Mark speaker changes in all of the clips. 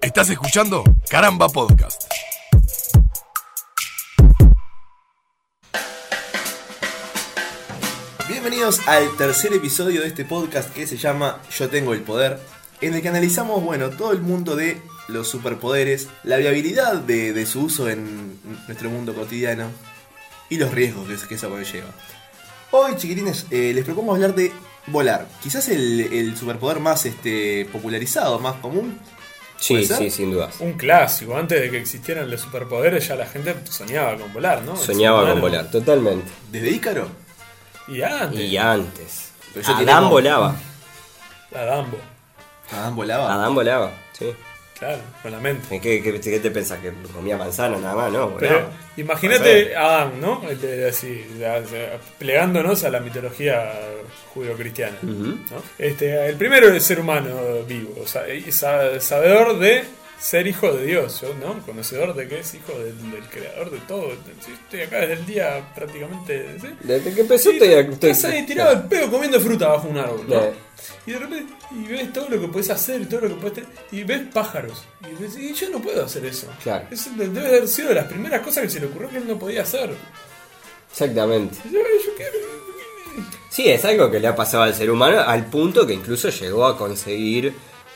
Speaker 1: Estás escuchando Caramba Podcast.
Speaker 2: Bienvenidos al tercer episodio de este podcast que se llama Yo tengo el poder, en el que analizamos, bueno, todo el mundo de los superpoderes, la viabilidad de, de su uso en nuestro mundo cotidiano y los riesgos que, que eso conlleva. Hoy, chiquitines, eh, les propongo hablar de volar. Quizás el, el superpoder más este, popularizado, más común.
Speaker 3: Sí,
Speaker 2: ¿Puede ser?
Speaker 3: sí, sin dudas.
Speaker 4: Un clásico, antes de que existieran los superpoderes ya la gente soñaba con volar, ¿no? El
Speaker 3: Soñaba
Speaker 4: ser
Speaker 3: con
Speaker 4: humano.
Speaker 3: volar, totalmente.
Speaker 2: Desde Ícaro.
Speaker 4: Y antes,
Speaker 3: Y antes.
Speaker 2: Pero yo
Speaker 3: Adán
Speaker 2: tenía como-
Speaker 3: volaba.
Speaker 4: Adambo,
Speaker 2: Adán Ah, volaba.
Speaker 3: Adán volaba, sí.
Speaker 4: claro, con la mente.
Speaker 3: ¿Qué, qué, qué te pensás? ¿Que comía manzana nada más? No,
Speaker 4: Pero
Speaker 3: volaba.
Speaker 4: imagínate a Adán, ¿no? El de- así, ya, ya, plegándonos a la mitología judio-cristiana. ¿no? Este, el primero es el ser humano vivo, o sea, y sa- sabedor de ser hijo de Dios, yo, ¿no? Conocedor de que es hijo del, del creador de todo. Sí, Estoy acá desde el día prácticamente. ¿sí?
Speaker 3: Desde que empecé
Speaker 4: Sí,
Speaker 3: estoy, estoy-
Speaker 4: estás ahí tirado el pedo comiendo fruta bajo un árbol. ¿no?
Speaker 3: Eh.
Speaker 4: Y de repente y ves todo lo que podés hacer y todo lo que podés tener, y ves pájaros. Y, ves- y yo no puedo hacer eso.
Speaker 3: Claro.
Speaker 4: Eso de- debe haber sido de las primeras cosas que se le ocurrió que él no podía hacer.
Speaker 3: Exactamente.
Speaker 4: Y yo, yo quiero-
Speaker 3: Sí, es algo que le ha pasado al ser humano al punto que incluso llegó a conseguir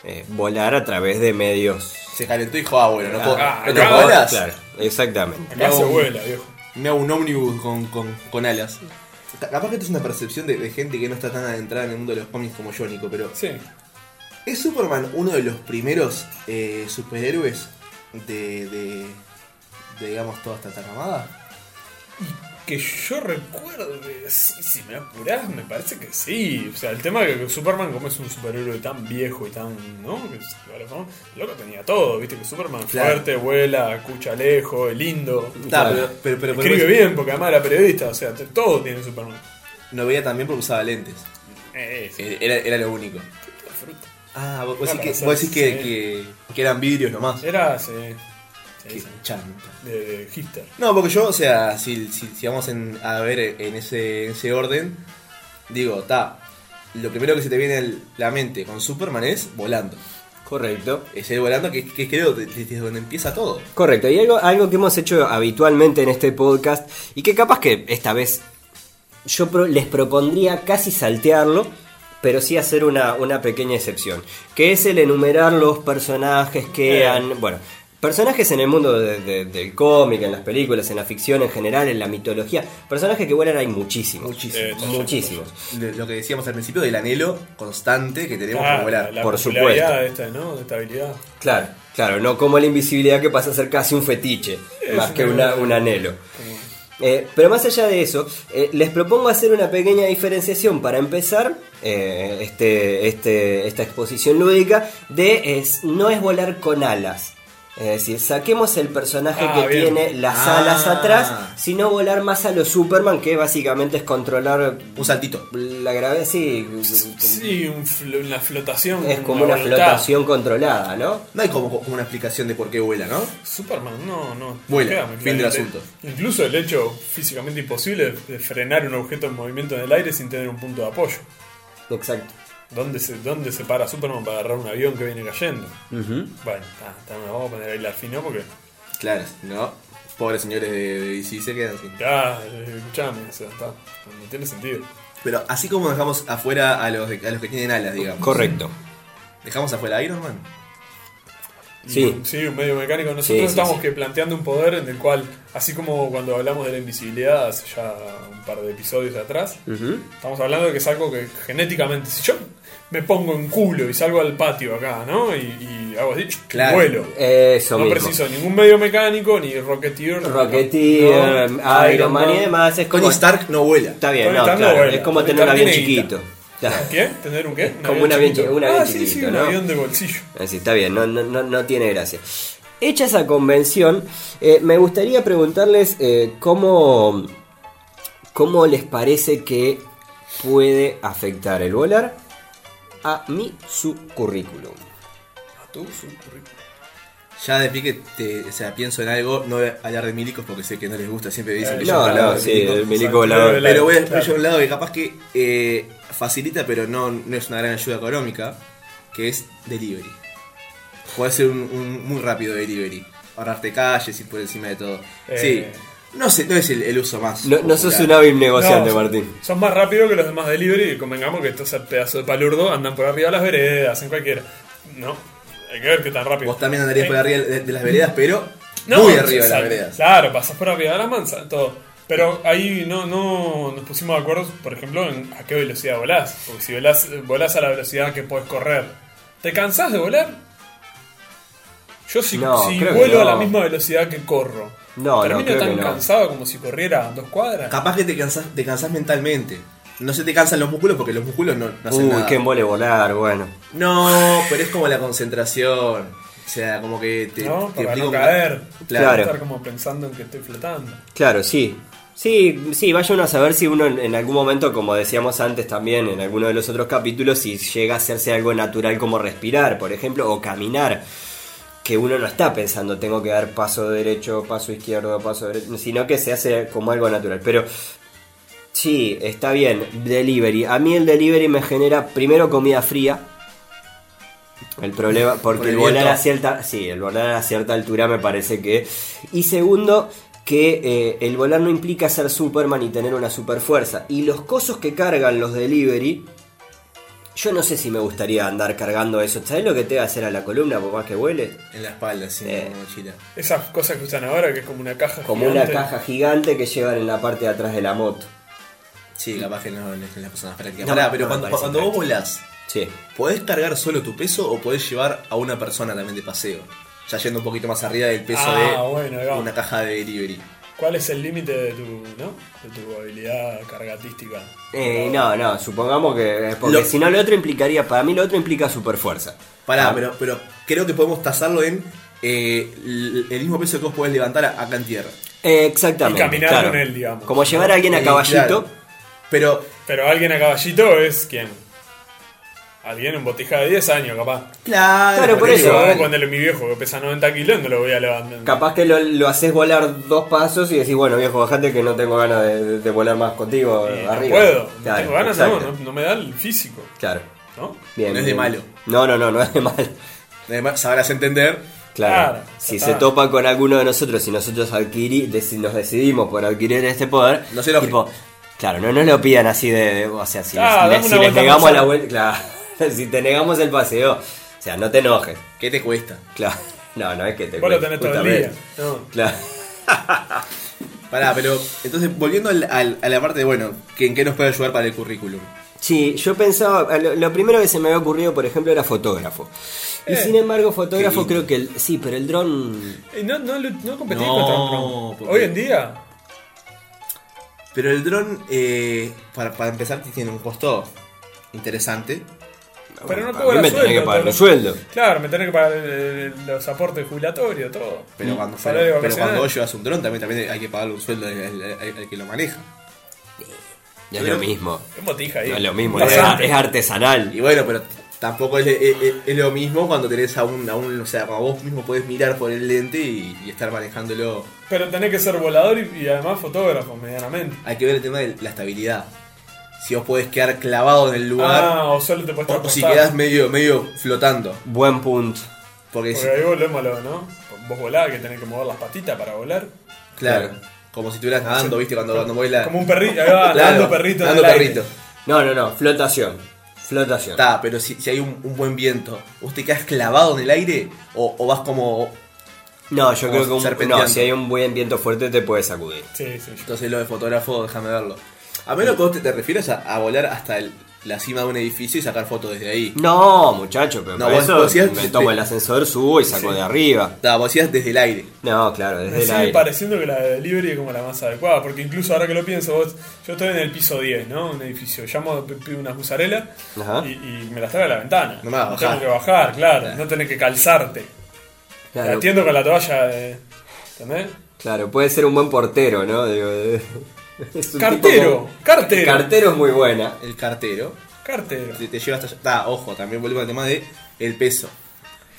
Speaker 3: eh, volar a través de medios.
Speaker 2: Se calentó y dijo, ah, bueno, no puedo.
Speaker 4: Ah,
Speaker 2: ¿no te
Speaker 4: acá-
Speaker 2: volás?
Speaker 3: Claro, exactamente.
Speaker 4: Acá
Speaker 2: hago
Speaker 4: se
Speaker 2: un-
Speaker 4: vuela, viejo.
Speaker 2: Me hago un ómnibus con, con, con alas. Ca- Capaz que esto es una percepción de, de gente que no está tan adentrada en el mundo de los cómics como yo, Nico, pero
Speaker 4: Sí.
Speaker 2: ¿Es Superman uno de los primeros eh, superhéroes de, de, de, digamos, toda esta ramada?
Speaker 4: Que yo recuerde, sí, si me apurás, me parece que sí. O sea, el tema que Superman, como es un superhéroe tan viejo y tan. ¿No? Que es- ahora, ¿no? Loco tenía todo, viste que Superman
Speaker 2: Claro.
Speaker 4: fuerte, vuela, escucha lejos, es lindo.
Speaker 2: Está,
Speaker 3: Claro.
Speaker 2: pero, pero, pero,
Speaker 4: Escribe bien porque además era periodista, o sea, t- todo tiene Superman.
Speaker 2: no veía también porque usaba lentes.
Speaker 4: Eh, sí,
Speaker 2: Eh, Era, era lo único.
Speaker 4: fruta.
Speaker 2: Ah, vos, vos
Speaker 4: Claro,
Speaker 2: decís, que,
Speaker 4: sí,
Speaker 2: vos decís que,
Speaker 4: sí.
Speaker 2: que- que eran vidrios nomás.
Speaker 4: Era, sí. sí,
Speaker 2: Qué
Speaker 4: sí,
Speaker 2: chanta.
Speaker 4: De, de hipster.
Speaker 2: No, porque yo, o sea, si, si, si vamos en- a ver en ese, en ese orden, digo, está. Lo primero que se te viene a la mente con Superman es volando.
Speaker 3: Correcto.
Speaker 2: Es el volando que, que creo desde desde donde empieza todo.
Speaker 3: Correcto, y algo, algo que hemos hecho habitualmente en este podcast y que capaz que esta vez yo pro- les propondría casi saltearlo, pero sí hacer una, una pequeña excepción, que es el enumerar los personajes que
Speaker 4: Eh.
Speaker 3: han... Bueno, personajes en el mundo de- de- del cómic, en las películas, en la ficción en general, en la mitología, personajes que vuelan hay muchísimos.
Speaker 2: Muchísimo.
Speaker 4: Eh,
Speaker 3: Muchísimos.
Speaker 2: de lo que decíamos al principio del anhelo constante que tenemos
Speaker 4: Ah,
Speaker 2: por volar.
Speaker 4: la
Speaker 3: por
Speaker 4: popularidad
Speaker 3: supuesto.
Speaker 4: esta, ¿no? De esta habilidad.
Speaker 3: Claro, claro, no como la invisibilidad que pasa a ser casi un fetiche,
Speaker 4: Es
Speaker 3: más que una-
Speaker 4: una-
Speaker 3: un anhelo. Eh, pero más allá de eso, eh, les propongo hacer una pequeña diferenciación para empezar eh, este, este- esta exposición lúdica de es, no es volar con alas. Es decir, saquemos el personaje
Speaker 4: Ah,
Speaker 3: que
Speaker 4: bien.
Speaker 3: tiene las
Speaker 2: Ah.
Speaker 3: alas atrás, sino volar más a lo Superman, que básicamente es controlar
Speaker 2: Un saltito.
Speaker 3: la gravedad, sí,
Speaker 4: Sí, un fl- una flotación.
Speaker 3: es como una
Speaker 4: voluntad.
Speaker 3: flotación controlada, ¿no?
Speaker 2: No hay como, como una explicación de por qué vuela, ¿no?
Speaker 4: Superman, no, no.
Speaker 2: Vuela,
Speaker 4: Queda muy
Speaker 2: fin del
Speaker 4: claramente.
Speaker 2: asunto.
Speaker 4: Incluso el hecho físicamente imposible de frenar un objeto en movimiento en el aire sin tener un punto de apoyo.
Speaker 3: Exacto.
Speaker 4: ¿Dónde se, dónde se para Superman para agarrar un avión que viene cayendo? Bueno, está, está, no vamos a poner ahí la fino porque
Speaker 2: Claro, no. Pobres señores de, de DC se quedan sin.
Speaker 4: Ya, eh, escuchame, o sea, está, no tiene sentido.
Speaker 2: Pero así como dejamos afuera a los, de- a los que tienen alas, digamos.
Speaker 3: Correcto.
Speaker 2: Dejamos afuera a Iron Man.
Speaker 4: Y,
Speaker 3: Sí.
Speaker 4: Sí, un medio mecánico. Nosotros
Speaker 3: Sí, sí,
Speaker 4: estamos
Speaker 3: sí.
Speaker 4: que planteando un poder en el cual, así como cuando hablamos de la invisibilidad hace ya un par de episodios atrás, estamos hablando de que es algo que genéticamente, si yo me pongo en culo y salgo al patio acá, ¿no? Y, y hago así,
Speaker 2: Claro.
Speaker 4: vuelo.
Speaker 3: Eso
Speaker 4: no
Speaker 3: mismo.
Speaker 4: preciso ningún medio mecánico, ni Rocketeer. ni-
Speaker 3: Rocketeer,
Speaker 4: no,
Speaker 3: eh, Iron Man y demás. Es
Speaker 2: Tony
Speaker 3: como-
Speaker 2: Stark no vuela.
Speaker 3: Está bien,
Speaker 4: Tony
Speaker 3: no,
Speaker 4: Stark no
Speaker 3: claro.
Speaker 4: vuela.
Speaker 3: es como
Speaker 4: Tony
Speaker 3: tener un
Speaker 4: Stark
Speaker 3: avión
Speaker 4: tiene guita.
Speaker 3: chiquito. Claro.
Speaker 4: ¿Qué? ¿Tener un qué?
Speaker 3: como un avión
Speaker 4: chiquito.
Speaker 3: chi- un avión
Speaker 4: ah, sí, sí,
Speaker 3: chiquitito,
Speaker 4: un
Speaker 3: ¿no?
Speaker 4: avión de bolsillo.
Speaker 3: Así, está bien, no, no, no, no tiene gracia. Hecha esa convención, eh, me gustaría preguntarles eh, cómo, cómo les parece que puede afectar el volar a mi su currículum.
Speaker 4: A tu su currículum.
Speaker 2: Ya de pique, te, o sea, pienso en algo. No voy a hablar de milicos porque sé que no les gusta. Siempre dicen que
Speaker 4: Eh,
Speaker 2: yo
Speaker 3: No,
Speaker 2: hablaba
Speaker 3: no,
Speaker 2: de
Speaker 3: sí,
Speaker 2: milicos.
Speaker 3: el milico volador.
Speaker 4: Claro,
Speaker 2: Pero voy a voy a
Speaker 4: claro.
Speaker 2: llevar un lado que capaz que eh, facilita, pero no, no es una gran ayuda económica, que es delivery. Podés ser un, un muy rápido delivery. Ahorrarte calles y por encima de todo.
Speaker 4: Eh.
Speaker 2: Sí. No sé, no es el, el uso más.
Speaker 3: No, no
Speaker 2: popular.
Speaker 3: sos un hábil negociante,
Speaker 4: No,
Speaker 3: Martín.
Speaker 4: Son más rápidos que los demás delivery y convengamos que estos pedazos de palurdo andan por arriba de las veredas, hacen cualquiera. No, hay que ver qué tan rápido.
Speaker 2: Vos también andarías por arriba de, de las veredas, pero
Speaker 4: No,
Speaker 2: muy arriba de las
Speaker 4: sal-
Speaker 2: veredas.
Speaker 4: Claro, pasas por arriba de la mansa, todo. Pero ahí no, no nos pusimos de acuerdo, por ejemplo, en a qué velocidad volás. Porque si volás, volás a la velocidad que podés correr, ¿te cansás de volar? Yo si,
Speaker 3: No,
Speaker 4: si
Speaker 3: creo que
Speaker 4: vuelo
Speaker 3: no.
Speaker 4: a la misma velocidad que corro,
Speaker 3: No, no,
Speaker 4: termino
Speaker 3: creo
Speaker 4: tan
Speaker 3: que no.
Speaker 4: cansado como si corriera dos cuadras.
Speaker 2: Capaz que te cansás, te cansás mentalmente. No se te cansan los músculos porque los músculos no, no hacen
Speaker 3: Uy,
Speaker 2: nada.
Speaker 3: qué embole volar, bueno.
Speaker 2: No, pero es como la concentración. O sea, como que te,
Speaker 4: ¿no?
Speaker 2: te
Speaker 4: Para
Speaker 2: explico
Speaker 4: no
Speaker 2: que-
Speaker 4: caer.
Speaker 3: Claro.
Speaker 4: Estar como pensando en que estoy flotando.
Speaker 3: Claro, sí. Sí, sí, vaya uno a saber si uno en, en algún momento, como decíamos antes también en alguno de los otros capítulos, si llega a hacerse algo natural como respirar, por ejemplo, o caminar. Que uno no está pensando, tengo que dar paso derecho, paso izquierdo, paso derecho, sino que se hace como algo natural. Pero sí, está bien, delivery. A mí el delivery me genera primero comida fría. El problema, porque
Speaker 2: Por el
Speaker 3: el volar
Speaker 2: viento.
Speaker 3: a cierta, sí, el volar a cierta altura me parece que. Y segundo, que eh, el volar no implica ser Superman y tener una super fuerza. Y los cosos que cargan los delivery, yo no sé si me gustaría andar cargando eso. ¿Sabes lo que te va a hacer a la columna por más que huele?
Speaker 2: En la espalda, así,
Speaker 3: Eh.
Speaker 2: como mochila.
Speaker 4: Esas cosas que usan ahora, que es como una caja
Speaker 3: Como
Speaker 4: gigante.
Speaker 3: una caja gigante que llevan en la parte de atrás de la moto.
Speaker 2: Sí, capaz que no, no es la persona más práctica.
Speaker 3: No,
Speaker 2: Pará,
Speaker 3: no,
Speaker 2: pero
Speaker 3: no me
Speaker 2: cuando,
Speaker 3: parece
Speaker 2: cuando vos
Speaker 3: práctico.
Speaker 2: volás,
Speaker 3: Sí.
Speaker 2: ¿podés cargar solo tu peso o podés llevar a una persona también de paseo? Ya yendo un poquito más arriba del peso
Speaker 4: Ah,
Speaker 2: de
Speaker 4: bueno, ahí va.
Speaker 2: una caja de delivery.
Speaker 4: ¿Cuál es el límite de tu, ¿no? de tu habilidad cargatística?
Speaker 3: Eh, no, no, supongamos que. eh, Porque
Speaker 2: Lo-
Speaker 3: si no, lo otro implicaría. Para mí, lo otro implica super fuerza.
Speaker 2: Pará,
Speaker 3: Ah.
Speaker 2: pero, pero creo que podemos tasarlo en eh, l- el mismo peso que vos podés levantar a- acá en tierra.
Speaker 3: Eh, exactamente.
Speaker 4: Y caminar
Speaker 3: claro.
Speaker 4: con él, digamos.
Speaker 3: Como llevar a alguien a
Speaker 2: Eh,
Speaker 3: caballito.
Speaker 2: claro. Pero,
Speaker 4: Pero alguien a caballito es quién? Alguien en botija de 10 años, capaz.
Speaker 2: claro,
Speaker 3: Claro, por
Speaker 2: ahí
Speaker 3: eso,
Speaker 4: Digo,
Speaker 2: va.
Speaker 4: vamos
Speaker 3: vale.
Speaker 4: a ponerle mi viejo que pesa 90 kilos, no lo voy a levantar.
Speaker 3: Capaz que lo, lo haces volar dos pasos y decís, bueno, viejo, bajate que no tengo ganas de, de- de volar más contigo
Speaker 4: Eh, no
Speaker 3: arriba.
Speaker 4: puedo, no
Speaker 3: Claro,
Speaker 4: tengo ganas, no,
Speaker 3: exacto,
Speaker 4: no, no me da el físico,
Speaker 3: Claro.
Speaker 4: ¿no?
Speaker 3: Bien,
Speaker 2: No es de
Speaker 3: bien.
Speaker 2: malo.
Speaker 3: No, no, no, no es de malo.
Speaker 2: Además, sabrás entender.
Speaker 3: Claro.
Speaker 4: Claro,
Speaker 3: si
Speaker 4: está.
Speaker 3: se topa con alguno de nosotros, si nosotros adquirí, deci- nos decidimos por adquirir este poder,
Speaker 2: No se lo-
Speaker 3: tipo, claro, no nos lo pidan así de, de- o sea, si,
Speaker 4: Ah,
Speaker 3: les-
Speaker 4: dame
Speaker 3: si
Speaker 4: una
Speaker 3: les
Speaker 4: vuelta
Speaker 3: negamos
Speaker 4: más.
Speaker 3: la vuelta, claro, si te negamos el paseo, o sea, no te enojes,
Speaker 2: ¿Qué te cuesta?
Speaker 3: claro, no, no es que te
Speaker 4: Vos lo
Speaker 3: cueste,
Speaker 4: tenés todo el día.
Speaker 3: justamente.
Speaker 4: No.
Speaker 3: Claro.
Speaker 2: Pará, pero entonces volviendo al- al- a la parte de, bueno, que, ¿en qué nos puede ayudar para el currículum?
Speaker 3: Sí, yo pensaba, lo, lo primero que se me había ocurrido, por ejemplo, era fotógrafo. Y
Speaker 4: Eh,
Speaker 3: sin embargo, fotógrafo
Speaker 2: qué
Speaker 3: creo que el, sí, pero el dron
Speaker 4: Y no, no, lu- no competís
Speaker 2: No,
Speaker 4: contra un tronco.
Speaker 2: porque-
Speaker 4: Hoy en día,
Speaker 2: Pero el dron, eh, para, para empezar, tiene un costo interesante.
Speaker 4: pero no
Speaker 3: a
Speaker 4: cobra
Speaker 3: mí me
Speaker 4: sueldo.
Speaker 3: tenés que pagar
Speaker 4: todo
Speaker 3: un
Speaker 4: lo-
Speaker 3: sueldo.
Speaker 4: Claro, me tenés que pagar eh, los aportes jubilatorios, todo.
Speaker 3: Mm.
Speaker 4: Mm,
Speaker 2: Pero cuando,
Speaker 4: Salario
Speaker 2: pero, pero
Speaker 4: vacacional.
Speaker 2: cuando vos llevas un dron, también, también hay que pagarle un sueldo al, al- al- al que lo maneja.
Speaker 3: No es lo mismo.
Speaker 4: Es botija ahí.
Speaker 3: No es lo mismo, eh,
Speaker 4: Un
Speaker 3: es,
Speaker 4: pasante.
Speaker 3: es artesanal.
Speaker 2: Y bueno, pero tampoco es, es- es- es lo mismo cuando tenés a un, a un- O sea, cuando vos mismo podés mirar por el lente y, y estar manejándolo.
Speaker 4: Pero tenés que ser volador y, y además fotógrafo, medianamente.
Speaker 2: Hay que ver el tema de la estabilidad. Si vos podés quedar clavado en el lugar.
Speaker 4: Ah, o solo te puedes
Speaker 2: O, o si
Speaker 4: transportar.
Speaker 2: quedás medio, medio flotando.
Speaker 3: Buen punto.
Speaker 2: Porque si-
Speaker 4: Porque ahí volvemos a lo, ¿no? Vos volás, que tenés que mover las patitas para volar.
Speaker 2: claro,
Speaker 3: claro.
Speaker 2: como si estuvieras nadando, viste, cuando, cuando vuela.
Speaker 4: Como un perrito, ahí va,
Speaker 2: Claro,
Speaker 4: nadando perrito. en
Speaker 2: nadando
Speaker 4: el aire.
Speaker 2: perrito.
Speaker 3: No, no, no, flotación. Flotación.
Speaker 2: Está, pero si, si hay un, un buen viento, ¿vos te quedás clavado en el aire? ¿O, o vas como.?
Speaker 3: No, yo
Speaker 2: Como
Speaker 3: creo que un,
Speaker 2: serpenteando.
Speaker 3: no, si hay un buen viento fuerte te puede sacudir.
Speaker 4: Sí, sí. yo-
Speaker 2: Entonces lo de fotógrafo, déjame verlo. A menos que vos te, te refieres a, a volar hasta el- la cima de un edificio y sacar fotos desde
Speaker 4: Mm.
Speaker 2: ahí.
Speaker 3: No, muchacho, pero
Speaker 2: No,
Speaker 3: para
Speaker 2: vos-
Speaker 3: eso
Speaker 2: vos decías-
Speaker 3: me tomo el ascensor, subo y saco de arriba.
Speaker 2: Está, vos decías desde el aire.
Speaker 3: No, claro,
Speaker 4: Me
Speaker 3: desde el
Speaker 4: sigue
Speaker 3: aire.
Speaker 4: pareciendo que la de delivery es como la más adecuada, porque incluso ahora que lo pienso, vos, yo estoy en el piso 10, ¿no? Un edificio, llamo, p- pido unas musarelas
Speaker 3: Ajá.
Speaker 4: y, y me las trae a la ventana.
Speaker 2: No me vas a
Speaker 4: tengo
Speaker 2: bajar.
Speaker 4: que bajar, claro, no tenés que calzarte. La
Speaker 3: Claro,
Speaker 4: atiendo con la toalla, de, ¿entendés?
Speaker 3: claro, puede ser un buen portero, ¿no? Digo, de- es un
Speaker 4: Cartero,
Speaker 3: tipo como-
Speaker 4: cartero.
Speaker 3: Cartero es muy buena.
Speaker 2: El cartero
Speaker 4: Cartero.
Speaker 2: te, te lleva hasta allá. Está, ojo, también volvemos al tema de el peso.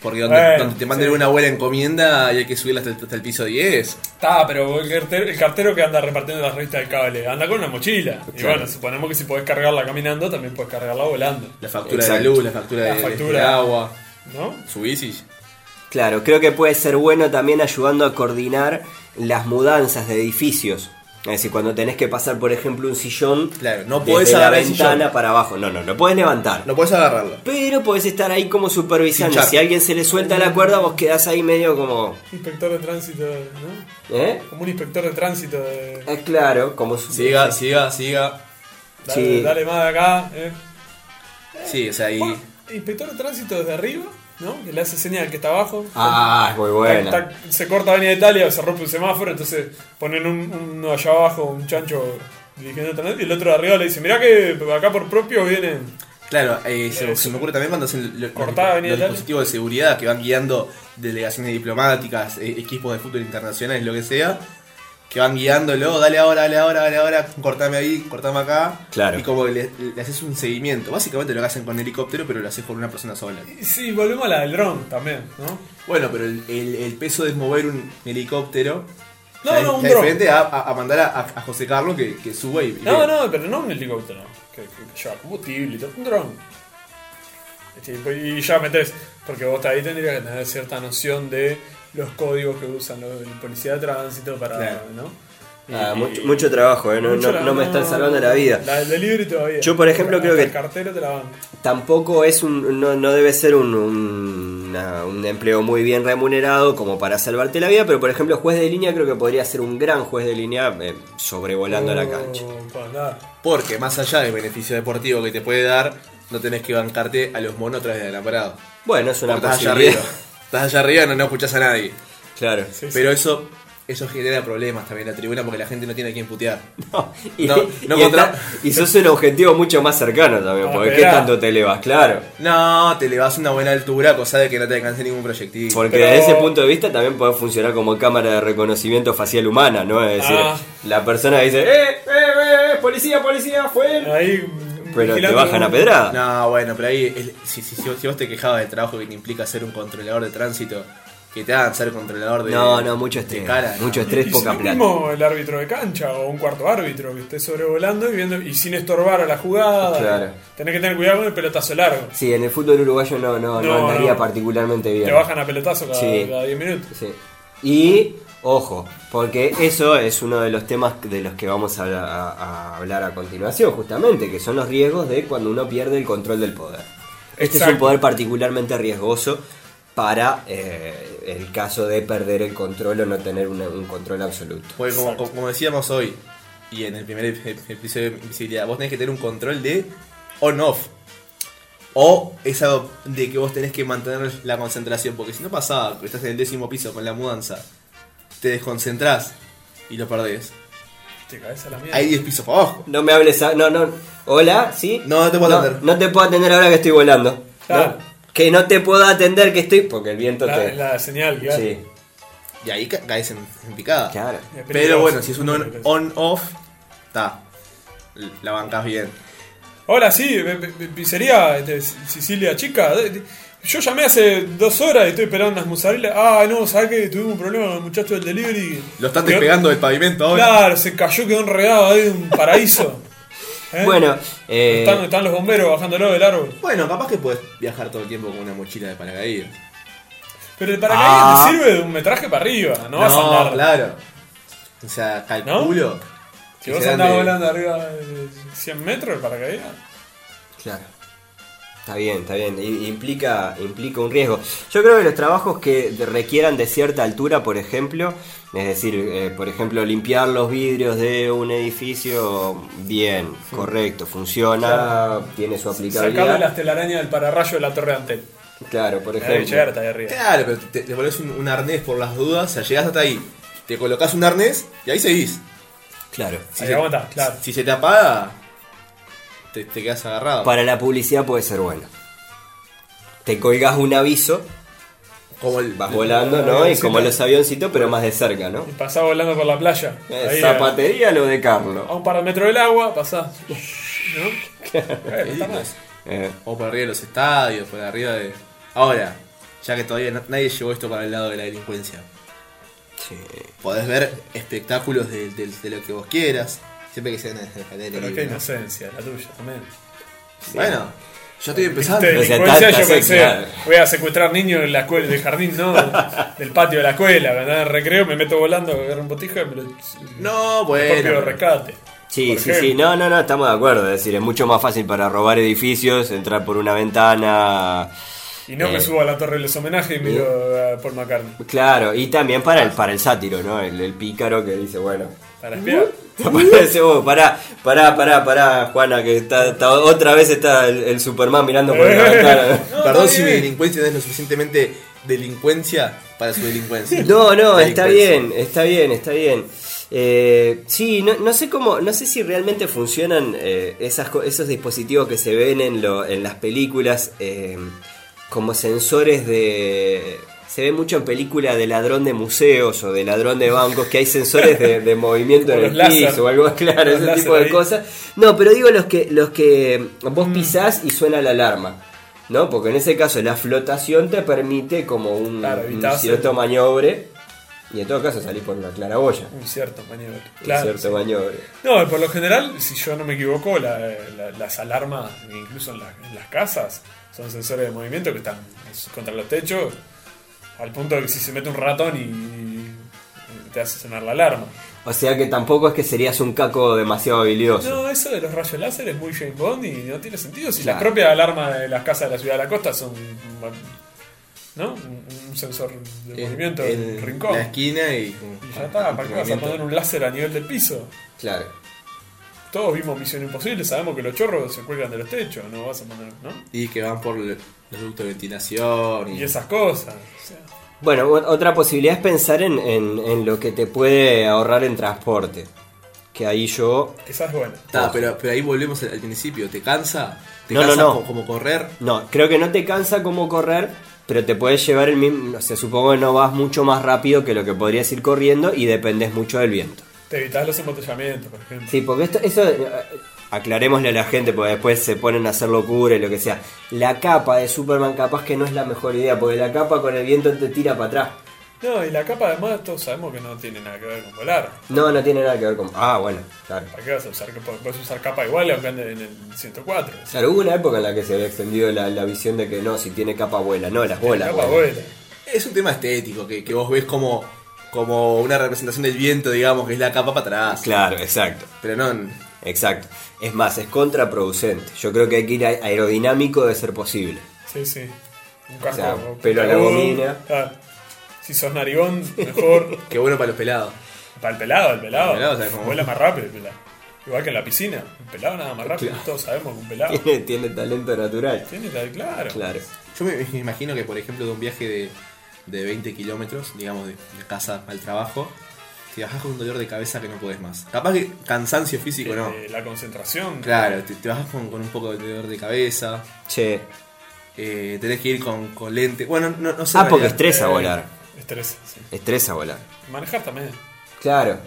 Speaker 2: Porque donde,
Speaker 4: Bueno,
Speaker 2: donde te manden
Speaker 4: sí.
Speaker 2: una buena encomienda y hay que subirla hasta, el- hasta el piso 10.
Speaker 4: Está, pero el cartero, el cartero que anda repartiendo las revistas del cable, anda con una mochila. Y
Speaker 3: Claro.
Speaker 4: bueno, suponemos que si podés cargarla caminando, también podés cargarla volando.
Speaker 2: La factura de
Speaker 3: Exacto.
Speaker 2: la luz, la factura,
Speaker 4: La
Speaker 2: de-
Speaker 4: factura.
Speaker 2: del agua.
Speaker 4: ¿No?
Speaker 2: Subís y
Speaker 3: Claro, creo que puede ser bueno también ayudando a coordinar las mudanzas de edificios. Es decir, cuando tenés que pasar, por ejemplo, un sillón
Speaker 2: Claro, no podés
Speaker 3: desde la
Speaker 2: agarrar el
Speaker 3: ventana
Speaker 2: sillón.
Speaker 3: para abajo. No, no, lo podés levantar.
Speaker 2: No puedes agarrarlo.
Speaker 3: Pero podés estar ahí como supervisando.
Speaker 2: Pinchar.
Speaker 3: Si a alguien se le suelta la cuerda, vos quedás ahí medio como...
Speaker 4: Inspector de tránsito, ¿no?
Speaker 3: ¿Eh?
Speaker 4: Como un inspector de tránsito de.
Speaker 3: Eh, claro, como... su-
Speaker 2: Siga, siga, siga.
Speaker 4: Dale,
Speaker 3: Sí.
Speaker 4: dale más de acá. eh.
Speaker 2: Sí, o sea, ahí.
Speaker 4: Bueno, Inspector de tránsito desde arriba, ¿no? Que le hace señal que está abajo.
Speaker 3: Ah, es muy buena.
Speaker 4: Tac, tac, se corta Avenida Italia, se rompe un semáforo, entonces ponen un, uno allá abajo, un chancho dirigiendo el tránsito, y el otro de arriba le dice, mirá que acá por propio vienen.
Speaker 2: Claro, eh, se,
Speaker 4: Eh,
Speaker 2: se me ocurre también cuando hacen lo-
Speaker 4: cortada
Speaker 2: los,
Speaker 4: Avenida
Speaker 2: los
Speaker 4: Italia.
Speaker 2: dispositivos de seguridad que van guiando delegaciones diplomáticas, eh, equipos de fútbol internacionales, lo que sea, que van guiándolo, dale ahora, dale ahora, dale ahora, cortame ahí, cortame acá.
Speaker 3: Claro.
Speaker 2: Y como le, le haces un seguimiento. Básicamente lo que hacen con helicóptero, pero lo haces con una persona sola.
Speaker 4: Y Sí, volvemos a la del dron también, ¿no?
Speaker 2: Bueno, pero el, el- el peso de mover un helicóptero.
Speaker 4: No,
Speaker 2: ya es-
Speaker 4: no, un
Speaker 2: ya es
Speaker 4: dron.
Speaker 2: diferente a, a- a mandar a, a José Carlos que, que suba y. y
Speaker 4: No,
Speaker 2: ve.
Speaker 4: no, pero no un helicóptero, que, que- que lleva combustible y todo, un dron. Este, Y ya metés, porque vos ahí tendrías que tener cierta noción de los códigos que usan los- el policía de tránsito para,
Speaker 2: Claro.
Speaker 4: ¿no?
Speaker 3: Ah,
Speaker 4: Y-
Speaker 3: mucho, mucho trabajo, ¿eh? no,
Speaker 4: mucho
Speaker 3: no-
Speaker 4: la-
Speaker 3: no me están salvando la vida.
Speaker 4: La del delivery todavía.
Speaker 3: Yo, por ejemplo, creo
Speaker 4: Hasta
Speaker 3: que-
Speaker 4: El cartero te la van.
Speaker 3: Tampoco es un, no, no debe ser un, un- una- un empleo muy bien remunerado como para salvarte la vida, pero por ejemplo juez de línea creo que podría ser un gran juez de línea eh, sobrevolando la cancha.
Speaker 4: Oh, pues andá.
Speaker 2: Porque más allá del beneficio deportivo que te puede dar, no tenés que bancarte a los monos través del alambrado.
Speaker 3: Bueno, es una
Speaker 2: Porque Estás allá
Speaker 3: posibilidad.
Speaker 2: arriba. Estás allá arriba y no, no escuchás a nadie.
Speaker 3: Claro.
Speaker 4: Sí, sí.
Speaker 2: Pero eso eso genera problemas también en la tribuna porque la gente no tiene a quién putear.
Speaker 3: No, y,
Speaker 2: No, no
Speaker 3: y
Speaker 2: contra-
Speaker 3: está- y sos un objetivo mucho más cercano también,
Speaker 4: Ah,
Speaker 3: porque ¿qué
Speaker 4: esperá.
Speaker 3: tanto te elevas? Claro.
Speaker 2: No, te le vas a una buena altura, cosa de que no te alcance ningún proyectil.
Speaker 3: Porque
Speaker 4: Pero-
Speaker 3: desde ese punto de vista también puede funcionar como cámara de reconocimiento facial humana, ¿no? Es decir,
Speaker 4: Ah.
Speaker 3: la persona dice, ¡eh, eh, eh, eh, policía, policía, fue él!
Speaker 4: Ahí,
Speaker 3: Pero te
Speaker 4: vigilando
Speaker 3: bajan a
Speaker 4: un-
Speaker 3: pedrada.
Speaker 2: No, bueno, pero ahí, el- si, si- si vos- si vos te quejabas del trabajo que te implica ser un controlador de tránsito, que te hagan ser controlador de.
Speaker 3: No, no, mucho
Speaker 2: de
Speaker 3: estrés.
Speaker 2: cara,
Speaker 3: mucho
Speaker 2: no.
Speaker 3: estrés,
Speaker 4: Y
Speaker 3: poca
Speaker 4: si
Speaker 3: plata.
Speaker 4: mismo el árbitro de cancha o un cuarto árbitro que esté sobrevolando y viendo y sin estorbar a la jugada.
Speaker 3: Claro.
Speaker 4: Tenés que tener cuidado con el pelotazo largo.
Speaker 3: Sí, en el fútbol uruguayo no, no, no,
Speaker 4: No,
Speaker 3: andaría
Speaker 4: no.
Speaker 3: particularmente bien.
Speaker 4: Te bajan a pelotazo cada
Speaker 3: Sí.
Speaker 4: cada 10 minutos.
Speaker 3: Sí. Y, ojo, porque eso es uno de los temas de los que vamos a, a- a hablar a continuación, justamente, que son los riesgos de cuando uno pierde el control del poder. Este es un
Speaker 4: Exacto.
Speaker 3: poder particularmente riesgoso para eh, el caso de perder el control o no tener una- un control absoluto.
Speaker 2: Porque como,
Speaker 4: Exacto.
Speaker 2: como decíamos hoy, y en el primer ep- episodio de Invisibilidad, vos tenés que tener un control de on-off. O esa de que vos tenés que mantener la concentración, porque si no pasaba, que estás en el décimo piso con la mudanza, te desconcentrás y lo perdés.
Speaker 4: Te caes a la mierda.
Speaker 2: Hay 10 pisos para abajo.
Speaker 3: No me hables, a- no, no. Hola, ¿sí?
Speaker 2: No, no te puedo atender.
Speaker 3: No te puedo atender ahora que estoy volando. ¿no?
Speaker 4: Claro.
Speaker 3: Que no te puedo atender que estoy porque el viento
Speaker 4: la,
Speaker 3: te
Speaker 4: la señal, claro.
Speaker 3: Sí,
Speaker 2: Y ahí ca- caes en, en picada.
Speaker 3: claro.
Speaker 4: Es peligroso.
Speaker 2: Pero bueno, si es un on-
Speaker 4: Peligroso.
Speaker 2: on-off, está. La bancás bien.
Speaker 4: Hola, sí, me- me- me- pizzería este, Sicilia Chica. De- de- Yo llamé hace dos horas y estoy esperando unas musarilas. Ah, no, ¿sabes que Tuvimos un problema con el muchacho del delivery.
Speaker 2: Lo están
Speaker 4: Quedó-
Speaker 2: despegando del pavimento ahora.
Speaker 4: Claro, se cayó, quedó enredado ahí en un paraíso. ¿Eh?
Speaker 3: Bueno, eh,
Speaker 4: Están, están los bomberos bajándolo del árbol.
Speaker 2: Bueno, capaz que puedes viajar todo el tiempo con una mochila de paracaídas.
Speaker 4: Pero el paracaídas
Speaker 3: Ah.
Speaker 4: te sirve de un metraje para arriba, no, vas a andar.
Speaker 2: claro. O sea, calculo.
Speaker 4: Si
Speaker 2: que
Speaker 4: vos
Speaker 2: serán
Speaker 4: andás
Speaker 2: de-
Speaker 4: volando arriba de 100 metros el paracaídas.
Speaker 3: claro. Está bien, está bien. I- Implica, implica un riesgo. Yo creo que los trabajos que de- requieran de cierta altura, por ejemplo, es decir, eh, por ejemplo, limpiar los vidrios de un edificio, bien, correcto, funciona, tiene su
Speaker 4: Sacarle
Speaker 3: aplicabilidad.
Speaker 4: las telarañas del pararrayo de la torre de Antel.
Speaker 3: Claro, por
Speaker 4: La de
Speaker 3: ejemplo.
Speaker 4: ahí arriba.
Speaker 2: Claro, pero te, te volvés un, un arnés por las dudas. O sea, llegás hasta ahí, te colocas un arnés y ahí seguís.
Speaker 3: Claro.
Speaker 4: Ahí aguantás, claro.
Speaker 2: Si se te apaga, te, te quedas agarrado.
Speaker 3: Para la publicidad puede ser bueno. Te colgas un aviso,
Speaker 2: Como el
Speaker 3: vas volando, ¿no? Y como
Speaker 4: avioncito.
Speaker 3: los avioncitos, pero más de cerca, ¿no?
Speaker 4: Y pasás volando por la playa.
Speaker 3: Eh,
Speaker 4: Ahí, Oh.
Speaker 3: zapatería lo de
Speaker 4: A, a
Speaker 3: Carlos.
Speaker 4: un par de metros del agua, pasás. ¿No? Bueno, está mal.
Speaker 3: Eh,
Speaker 2: O por arriba de los estadios, por arriba de. Ahora, ya que todavía na- nadie llevó esto para el lado de la delincuencia.
Speaker 3: sí.
Speaker 2: Podés ver espectáculos de, de- de lo que vos quieras. Siempre que sean desde el
Speaker 4: Pero qué inocencia, la tuya también.
Speaker 2: Bueno, Yo estoy empezando.
Speaker 4: Este,
Speaker 3: Pues,
Speaker 4: delincuencia,
Speaker 3: está-
Speaker 4: yo
Speaker 3: está
Speaker 4: pensé,
Speaker 3: claro.
Speaker 4: voy a secuestrar niños en la escuela, del jardín, ¿no? del patio de la escuela, ¿verdad? En recreo, me meto volando, agarro un botija y me lo.
Speaker 2: No,
Speaker 4: propio
Speaker 2: bueno.
Speaker 4: rescate.
Speaker 3: Sí,
Speaker 4: Por
Speaker 3: sí,
Speaker 4: ejemplo.
Speaker 3: sí, no, no, no, estamos de acuerdo. Es decir, es mucho más fácil para robar edificios, entrar por una ventana.
Speaker 4: Y no
Speaker 3: Eh.
Speaker 4: me subo a la torre de los homenajes y miro a Paul McCartney.
Speaker 3: Claro, y también para el, para el sátiro, ¿no? El, el pícaro que dice, bueno.
Speaker 4: Para espiar.
Speaker 3: Aparece vos, pará, pará, pará, pará, Juana, que está, está- otra vez está el, el Superman mirando por la ventana.
Speaker 4: No,
Speaker 2: Perdón
Speaker 4: está
Speaker 2: si mi
Speaker 4: bien.
Speaker 2: delincuencia no es lo suficientemente delincuencia para su delincuencia.
Speaker 3: No, no,
Speaker 2: Delincuencia.
Speaker 3: está bien, está bien, está bien. Eh, sí, no, no sé cómo, no sé si realmente funcionan eh, esas, co- esos dispositivos que se ven en, lo- en las películas eh, como sensores de... Se ve mucho en películas de ladrón de museos o de ladrón de bancos que hay sensores de, de movimiento
Speaker 4: Como
Speaker 3: en
Speaker 4: los
Speaker 3: el
Speaker 4: láser.
Speaker 3: piso o algo claro,
Speaker 4: Los
Speaker 3: ese
Speaker 4: láser
Speaker 3: tipo de
Speaker 4: ahí. Mm.
Speaker 3: cosas. No, pero digo los que, los que vos pisás y suena la alarma. ¿No? Porque en ese caso la flotación te permite como un,
Speaker 4: Claro,
Speaker 3: un
Speaker 4: evitás el-
Speaker 3: cierto maniobre. Y en todo caso salís por una claraboya.
Speaker 4: Un cierto maniobra.
Speaker 3: un
Speaker 4: Claro.
Speaker 3: cierto maniobre.
Speaker 4: No, por lo general, si yo no me equivoco, la- la- las alarmas, incluso en, la- en las casas, son sensores de movimiento que están es- contra los techos, al punto de que si se mete un ratón y, y te hace sonar la alarma.
Speaker 3: O sea que tampoco es que serías un caco demasiado habilidoso.
Speaker 4: No, eso de los rayos láser es muy James Bond y no tiene sentido. Si
Speaker 3: Claro.
Speaker 4: las propias alarmas de las casas de la ciudad de la costa son ¿no? un, un sensor de
Speaker 2: En-
Speaker 4: movimiento en,
Speaker 2: en
Speaker 4: un rincón.
Speaker 2: La esquina y.
Speaker 4: Y ya está, ¿para qué vas a
Speaker 2: movimiento.
Speaker 4: poner un láser a nivel del piso?
Speaker 3: Claro.
Speaker 4: Todos vimos Misión Imposible, sabemos que los chorros se cuelgan de los techos, no vas a poner, ¿no?
Speaker 2: Y que van por el- los ductos de ventilación. Y,
Speaker 4: Y esas cosas. o sea.
Speaker 3: Bueno, o- otra posibilidad es pensar en, en- en lo que te puede ahorrar en transporte. Que ahí yo...
Speaker 4: Quizás es bueno.
Speaker 2: Ta, pero, pero ahí volvemos al, al principio. ¿Te cansa? ¿Te
Speaker 3: No, no,
Speaker 2: cansa
Speaker 3: no.
Speaker 2: co- como correr?
Speaker 3: No, creo que no te cansa como correr, pero te puedes llevar el mismo... O sea, supongo que no vas mucho más rápido que lo que podrías ir corriendo y dependes mucho del viento.
Speaker 4: Te evitas los embotellamientos, por ejemplo.
Speaker 3: Sí, porque esto, eso, eh, aclarémosle a la gente, porque después se ponen a hacer locura y lo que sea. La capa de Superman capaz que no es la mejor idea, porque la capa con el viento te tira para atrás.
Speaker 4: No, y la capa además todos sabemos que no tiene nada que ver con volar.
Speaker 3: No, no tiene nada que ver con... Ah, bueno, claro.
Speaker 4: ¿Para qué vas a usar capa? Puedes usar capa igual aunque ande en el 104. o sea,
Speaker 3: Claro, hubo una época en la que se había extendido la, la visión de que no, si tiene capa vuela, no, las bolas.
Speaker 4: capa
Speaker 3: vuelan.
Speaker 4: vuela.
Speaker 2: Es un tema estético que, que vos ves como, como una representación del viento, digamos, que es la capa para atrás.
Speaker 3: Claro, exacto.
Speaker 2: Pero no.
Speaker 3: Exacto. Es más, es contraproducente. Yo creo que hay que ir a- aerodinámico de ser posible.
Speaker 4: Sí, sí. Un casco.
Speaker 3: sea, pelo a la
Speaker 4: puntiagudo.
Speaker 3: gomina.
Speaker 4: Ah, si sos narigón, mejor.
Speaker 2: Qué bueno para los pelados.
Speaker 4: Para el pelado, el pelado.
Speaker 2: El pelado sabe cómo-
Speaker 4: Vuela más rápido el pelado. Igual que en la piscina. Un pelado nada más rápido. Todos sabemos que un pelado.
Speaker 3: Tiene, tiene talento natural.
Speaker 4: Tiene tal, claro.
Speaker 3: Claro.
Speaker 2: Yo me me imagino que, por ejemplo, de un viaje de, de 20 kilómetros, digamos, de, de casa al trabajo, te bajás con un dolor de cabeza que no podés más. Capaz que cansancio físico no.
Speaker 4: Eh, la concentración.
Speaker 2: Claro, te, te bajás con, con un poco de dolor de cabeza.
Speaker 3: Che.
Speaker 2: eh, tenés que ir con, con lente. Bueno, no, no sé.
Speaker 3: Ah,
Speaker 2: en
Speaker 3: porque
Speaker 2: realidad.
Speaker 3: estresa volar.
Speaker 4: Estrés. sí.
Speaker 3: Estresa volar.
Speaker 4: Manejar también.
Speaker 3: Claro,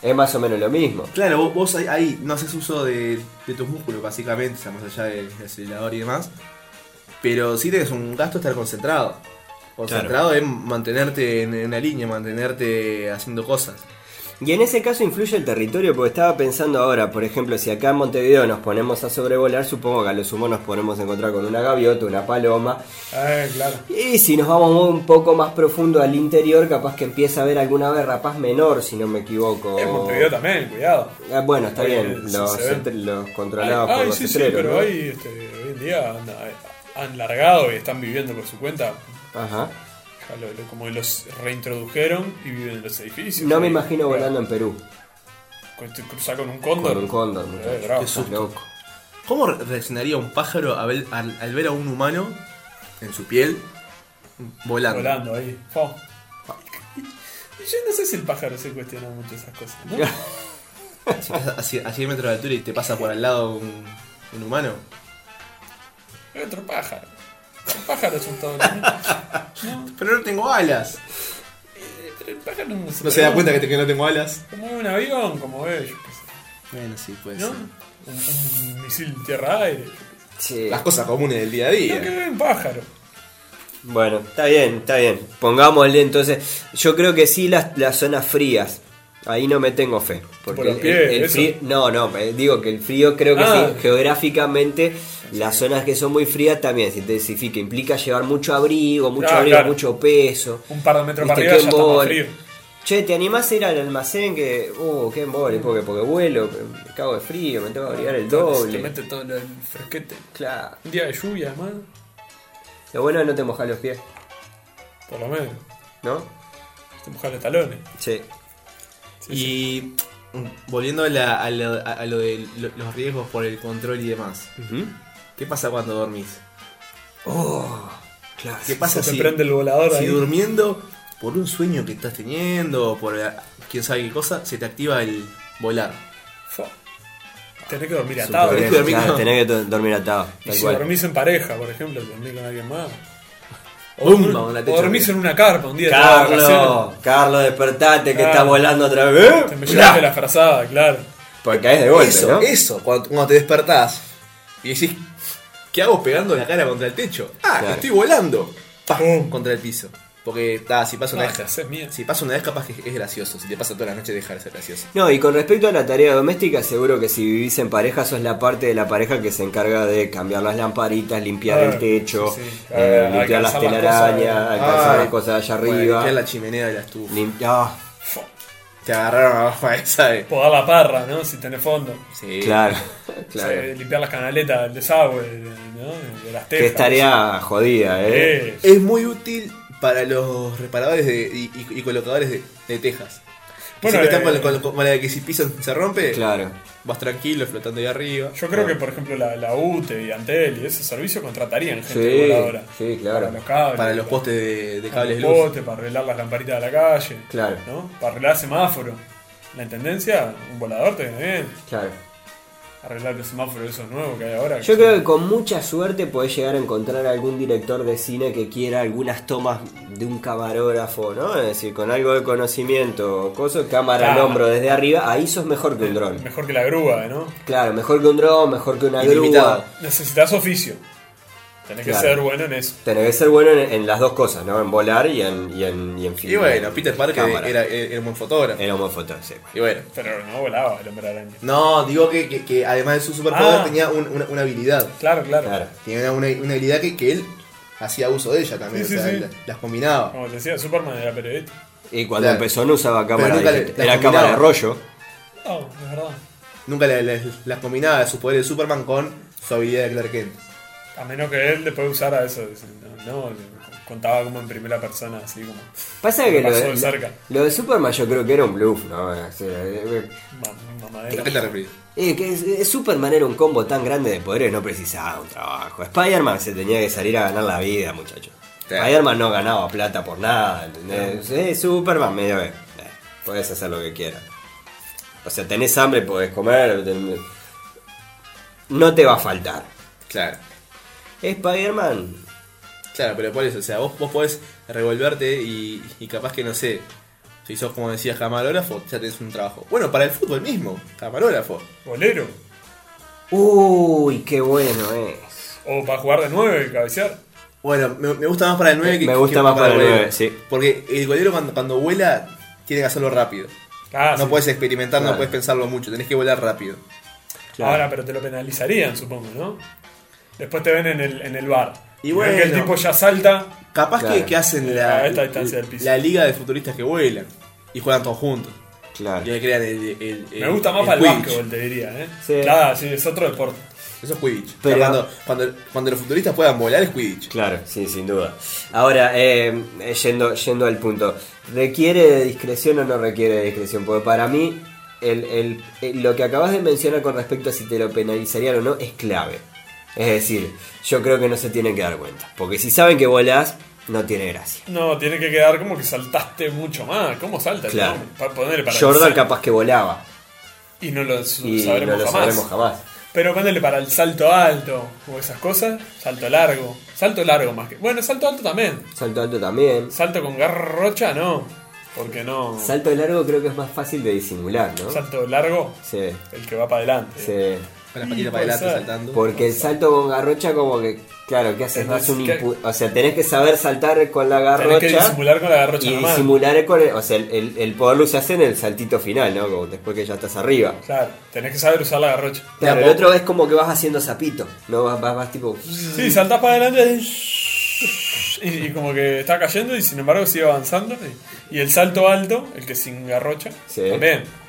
Speaker 3: es más o menos lo mismo.
Speaker 2: Claro, vos, vos ahí, ahí no haces uso de, de tus músculos, básicamente, o sea, más allá del acelerador y demás. Pero sí tenés un gasto estar concentrado. Concentrado en mantenerte en en una línea, mantenerte haciendo cosas.
Speaker 3: Y en ese caso influye el territorio, porque estaba pensando ahora, por ejemplo, si acá en Montevideo nos ponemos a sobrevolar, supongo que a lo sumo nos podemos encontrar con una gaviota, una paloma.
Speaker 4: Ah, claro.
Speaker 3: Y si nos vamos un poco más profundo al interior, capaz que empieza a haber alguna rapaz menor, si no me equivoco.
Speaker 4: En Montevideo también, cuidado.
Speaker 3: Ah, bueno, está
Speaker 4: Oye,
Speaker 3: bien,
Speaker 4: sí
Speaker 3: los,
Speaker 4: se ven.
Speaker 3: entre- los controlados
Speaker 4: Ay,
Speaker 3: por
Speaker 4: ay,
Speaker 3: los
Speaker 4: sí, sí,
Speaker 3: estreros,
Speaker 4: pero
Speaker 3: ¿no?
Speaker 4: hoy, este, hoy en día anda- eh, han largado y están viviendo por su cuenta.
Speaker 3: Ajá.
Speaker 4: Ya lo- lo- como que los reintrodujeron y viven en los edificios.
Speaker 3: No me
Speaker 4: Y-
Speaker 3: imagino
Speaker 4: bueno,
Speaker 3: volando en Perú,
Speaker 4: con- te Cruzar con un
Speaker 3: con
Speaker 4: cóndor.
Speaker 3: un cóndor,
Speaker 4: Eh,
Speaker 3: muchachos.
Speaker 4: bravo.
Speaker 2: Qué
Speaker 3: Estás
Speaker 2: susto.
Speaker 3: loco.
Speaker 2: ¿Cómo re- reaccionaría un pájaro a ver- al, al ver a un humano en su piel volando?
Speaker 4: volando ahí. Fua. Y Yo no sé si el pájaro se cuestiona mucho esas cosas, ¿no?
Speaker 2: Si estás a, cien- a 100 metros de altura y te pasa por al lado un, un humano.
Speaker 4: Hay otro pájaro. Los pájaros son todos. ¿no?
Speaker 2: Pero no tengo alas.
Speaker 4: Pero el pájaro no se,
Speaker 2: ¿No se
Speaker 5: ¿Eh?
Speaker 2: da cuenta que, te- que no tengo alas?
Speaker 4: Como un avión, como ellos, qué sé
Speaker 2: Bueno, sí, pues.
Speaker 4: yo, ¿no? Un, un misil tierra-aire.
Speaker 3: Che.
Speaker 2: Las cosas comunes del día a día.
Speaker 4: No que ve un pájaro.
Speaker 3: Bueno, está bien, está bien. Pongámosle entonces. Yo creo que sí las, las zonas frías. Ahí no me tengo fe. Porque
Speaker 4: Por los
Speaker 3: el-
Speaker 4: pies,
Speaker 3: el
Speaker 4: eso.
Speaker 3: frío- no, no, eh, digo que el frío creo que
Speaker 4: Ah.
Speaker 3: sí, geográficamente las zonas que son muy frías también se intensifica. Implica llevar mucho abrigo, mucho
Speaker 4: Ah,
Speaker 3: abrigo,
Speaker 4: claro.
Speaker 3: mucho peso.
Speaker 4: Un par de metros para
Speaker 3: Viste, qué
Speaker 4: arriba ya está más
Speaker 3: embole.
Speaker 4: frío.
Speaker 3: Che, ¿te animás a ir al almacén que... Uh, qué embole,
Speaker 4: Mm.
Speaker 3: porque, porque vuelo, me cago de frío, me tengo que abrigar el
Speaker 4: Se te
Speaker 3: doble.
Speaker 4: mete todo el fresquete.
Speaker 3: Claro.
Speaker 4: Un día de lluvia, además.
Speaker 3: Lo bueno es no te mojar los pies,
Speaker 4: Por lo menos.
Speaker 3: ¿no?
Speaker 4: Te mojas los talones.
Speaker 3: Sí.
Speaker 4: Sí, sí.
Speaker 5: Y mm, volviendo a, la- a lo, a- a lo de lo- los riesgos por el control y demás. ¿Qué pasa cuando dormís?
Speaker 3: Oh, claro.
Speaker 5: ¿Qué pasa
Speaker 4: Se
Speaker 5: si,
Speaker 4: te prende el volador
Speaker 5: si
Speaker 4: ahí.
Speaker 5: durmiendo por un sueño que estás teniendo, por la- quién sabe qué cosa, se te activa el volar?
Speaker 4: Fua. Tenés que dormir
Speaker 3: Es un
Speaker 4: atado.
Speaker 3: problema,
Speaker 5: ¿viste? Dormí
Speaker 3: claro,
Speaker 5: con-
Speaker 3: tenés que do- dormir atado.
Speaker 4: Y
Speaker 3: Tal
Speaker 4: si
Speaker 3: cual.
Speaker 4: dormís en pareja, por ejemplo, dormís con alguien más.
Speaker 5: Bumba, con la
Speaker 4: o
Speaker 5: techo.
Speaker 4: dormís en una carpa un día te vas de vacaciones.
Speaker 3: Carlos, Carlos, despertate que
Speaker 4: Ah.
Speaker 3: está volando otra vez. ¿Eh?
Speaker 4: Te me llevaste la frazada, claro.
Speaker 3: Porque es de golpe,
Speaker 2: eso,
Speaker 3: ¿no?
Speaker 2: eso, cuando, cuando te despertás y decís,
Speaker 5: ¿Qué hago pegando la cara contra el techo?
Speaker 2: ah,
Speaker 3: Claro.
Speaker 2: estoy volando. Pa,
Speaker 4: Pum.
Speaker 2: Contra el piso. Porque ta, si pasa una
Speaker 4: Ah, te
Speaker 2: vez.
Speaker 4: haces miedo.
Speaker 2: Si pasa una vez capaz que es gracioso. Si te pasa toda la noche deja de ser gracioso.
Speaker 3: No, y con respecto a la tarea doméstica, seguro que si vivís en pareja, sos la parte de la pareja que se encarga de cambiar las lamparitas, limpiar
Speaker 4: Ah,
Speaker 3: el techo,
Speaker 4: sí, sí.
Speaker 3: eh,
Speaker 4: Ah,
Speaker 3: limpiar las
Speaker 4: alcanzar las
Speaker 3: telarañas,
Speaker 4: cosas. Ah.
Speaker 3: alcanzar
Speaker 2: Ay,
Speaker 3: las cosas allá
Speaker 2: Bueno,
Speaker 3: arriba.
Speaker 2: limpiar la chimenea de la estufa.
Speaker 3: Lim- ah,
Speaker 4: Fua.
Speaker 2: Te agarraron abajo de esa de.
Speaker 4: Podar la parra, ¿no? Si tenés fondo.
Speaker 2: Sí.
Speaker 3: claro,
Speaker 4: O
Speaker 3: claro.
Speaker 4: sea, limpiar las canaletas del desagüe, de- ¿no? De las tejas.
Speaker 3: Que es tarea jodida, ¿eh?
Speaker 4: Eh,
Speaker 2: Es muy útil para los reparadores de- y, y- y colocadores de, de tejas. Que
Speaker 4: Bueno,
Speaker 2: siempre están con,
Speaker 4: eh,
Speaker 2: la- con la- con la de que si piso se rompe,
Speaker 3: Claro.
Speaker 2: vas tranquilo flotando ahí arriba.
Speaker 4: Yo creo que, por ejemplo, la, la UTE y Antel y ese servicio contratarían gente
Speaker 3: Sí,
Speaker 4: voladora.
Speaker 3: sí, claro.
Speaker 4: Para los cables.
Speaker 2: Para los postes de, de
Speaker 4: para,
Speaker 2: cables
Speaker 4: Ah, los
Speaker 2: luz.
Speaker 4: postes, para arreglar las lamparitas de la calle.
Speaker 3: Claro.
Speaker 4: ¿no? Para arreglar semáforo. La intendencia, un volador te viene bien.
Speaker 3: Claro.
Speaker 4: Arreglar los semáforos esos nuevos que hay ahora.
Speaker 3: Yo creo que con mucha suerte podés llegar a encontrar algún director de cine que quiera algunas tomas de un camarógrafo, ¿no? Es decir, con algo de conocimiento, cosas, cámara
Speaker 4: Claro.
Speaker 3: al hombro desde arriba, ahí sos mejor que un dron.
Speaker 4: Mejor que la grúa, ¿no?
Speaker 3: Claro, mejor que un dron, mejor que una
Speaker 2: Ilimitado.
Speaker 3: grúa.
Speaker 4: Necesitas oficio. Tenés
Speaker 3: Claro.
Speaker 4: que ser bueno en eso.
Speaker 3: Tenés que ser bueno en, en las dos cosas, ¿no? En volar y en, y en, y en
Speaker 2: Y
Speaker 3: filmar.
Speaker 2: bueno, Peter Parker
Speaker 3: Cámara.
Speaker 2: era, era un buen fotógrafo.
Speaker 3: Era un buen fotógrafo, sí, bueno.
Speaker 2: Y bueno.
Speaker 4: Pero no volaba el hombre araña.
Speaker 2: No, digo que, que- que además de su superpoder
Speaker 4: Ah.
Speaker 2: tenía un- una, una habilidad.
Speaker 4: Claro, claro.
Speaker 3: Claro.
Speaker 2: Tenía una, una- una habilidad que, que él hacía uso de ella también.
Speaker 4: Sí,
Speaker 2: o
Speaker 4: sí,
Speaker 2: sea,
Speaker 4: sí.
Speaker 2: la- las combinaba.
Speaker 4: Como te decía, Superman era periodista.
Speaker 3: Y cuando
Speaker 2: Claro.
Speaker 3: empezó no usaba cámara,
Speaker 2: nunca le-
Speaker 3: digital,
Speaker 2: la
Speaker 3: era cámara de
Speaker 2: combinaba.
Speaker 3: rollo.
Speaker 4: Ah, es verdad.
Speaker 2: Nunca la- la- las combinaba sus poderes de Superman con su habilidad de Clark Kent.
Speaker 4: A menos que él después usara eso. No, no, contaba como en primera persona, así como.
Speaker 3: Pasa que lo
Speaker 4: Pasó
Speaker 3: de,
Speaker 4: de cerca.
Speaker 3: lo de Superman yo creo que era un bluff, ¿no? O sea, eh,
Speaker 4: ma-
Speaker 2: ¿A
Speaker 4: mamadera.
Speaker 2: qué te referís?
Speaker 3: Eh, que es- eh, Superman era un combo tan grande de poderes, no precisaba un trabajo. Spider-Man se tenía que salir a ganar la vida, muchachos.
Speaker 2: Claro.
Speaker 3: Spider-Man no ganaba plata por nada, ¿entendés? Eh, Superman, medio que, eh, podés hacer lo que quieras. O sea, tenés hambre, podés comer. ten- No te va a faltar.
Speaker 2: Claro.
Speaker 3: Spider-Man,
Speaker 2: Claro, pero por eso, o sea, vos, vos podés revolverte y, y capaz que no sé. Si sos como decías camarógrafo, ya tenés un trabajo. Bueno, para el fútbol mismo, camarógrafo.
Speaker 4: Bolero.
Speaker 3: uy, qué bueno es.
Speaker 4: O para jugar de nueve y cabecear.
Speaker 2: Bueno, me, me gusta más para el 9 que
Speaker 3: Me gusta
Speaker 2: que
Speaker 3: más para el
Speaker 2: golero.
Speaker 3: 9, sí.
Speaker 2: Porque el golero cuando, cuando vuela tiene que hacerlo rápido.
Speaker 4: Ah,
Speaker 2: no
Speaker 4: sí.
Speaker 2: puedes experimentar,
Speaker 3: Claro.
Speaker 2: no puedes pensarlo mucho, tenés que volar rápido.
Speaker 3: Claro.
Speaker 4: Ahora, pero te lo penalizarían, supongo, ¿no? Después te ven en el, en el bar.
Speaker 2: Y
Speaker 4: Y bueno. que el
Speaker 2: bueno.
Speaker 4: tipo ya salta.
Speaker 2: Capaz
Speaker 3: Claro.
Speaker 2: que, que hacen
Speaker 4: A
Speaker 2: la,
Speaker 4: esta distancia del piso.
Speaker 2: la liga de futuristas que vuelan y juegan todos juntos.
Speaker 3: Claro.
Speaker 2: Y le crean el, el- el-
Speaker 4: Me gusta más
Speaker 2: el
Speaker 4: para el
Speaker 2: Quidditch.
Speaker 4: básquetbol, te diría, ¿eh?
Speaker 3: Sí.
Speaker 4: Claro, sí, es otro deporte.
Speaker 2: Eso es Quidditch. O sea,
Speaker 3: Pero-
Speaker 2: cuando, cuando, cuando los futuristas puedan volar es Quidditch.
Speaker 3: Claro, sí, sin duda. Ahora, eh, eh, yendo, yendo al punto, ¿requiere de discreción o no requiere de discreción? Porque para mí, el, el- eh, lo que acabas de mencionar con respecto a si te lo penalizarían o no es clave. Es decir, yo creo que no se tienen que dar cuenta. Porque si saben que volás, no tiene gracia.
Speaker 4: No, tiene que quedar como que saltaste mucho más. ¿Cómo salta?
Speaker 3: Claro.
Speaker 4: No, pa- ponele
Speaker 3: Jordan
Speaker 4: el sal-
Speaker 3: capaz que volaba.
Speaker 4: Y no lo su-
Speaker 3: Y
Speaker 4: sabremos,
Speaker 3: no lo
Speaker 4: jamás.
Speaker 3: sabremos jamás.
Speaker 4: Pero ponele para el salto alto o esas cosas. Salto largo. Salto largo más que. Bueno, salto alto también.
Speaker 3: Salto alto también.
Speaker 4: Salto con garrocha no. Porque no.
Speaker 3: Salto largo creo que es más fácil de disimular, ¿no?
Speaker 4: Salto largo,
Speaker 3: Sí,
Speaker 4: el que va para adelante.
Speaker 3: sí.
Speaker 2: Con las patitas
Speaker 4: Mm,
Speaker 2: para
Speaker 4: puede
Speaker 2: adelante
Speaker 4: ser.
Speaker 2: saltando.
Speaker 3: Porque el salto con garrocha como que, claro, ¿qué haces? No hace un impu- o sea, tenés que saber saltar con la garrocha.
Speaker 4: Tenés que disimular con la garrocha
Speaker 3: y
Speaker 4: en la mano.
Speaker 3: disimular con el, o sea, el, el- el poder lo usas en el saltito final, ¿no? Como después que ya estás arriba.
Speaker 4: Claro, tenés que saber usar la garrocha.
Speaker 3: Claro, el otro es como que vas haciendo zapito, ¿no? Vas, vas, vas tipo...
Speaker 4: Sí, saltás para adelante y, y como que está cayendo y sin embargo sigue avanzando. Y, y el salto alto, el que sin garrocha,
Speaker 3: Sí.
Speaker 4: también.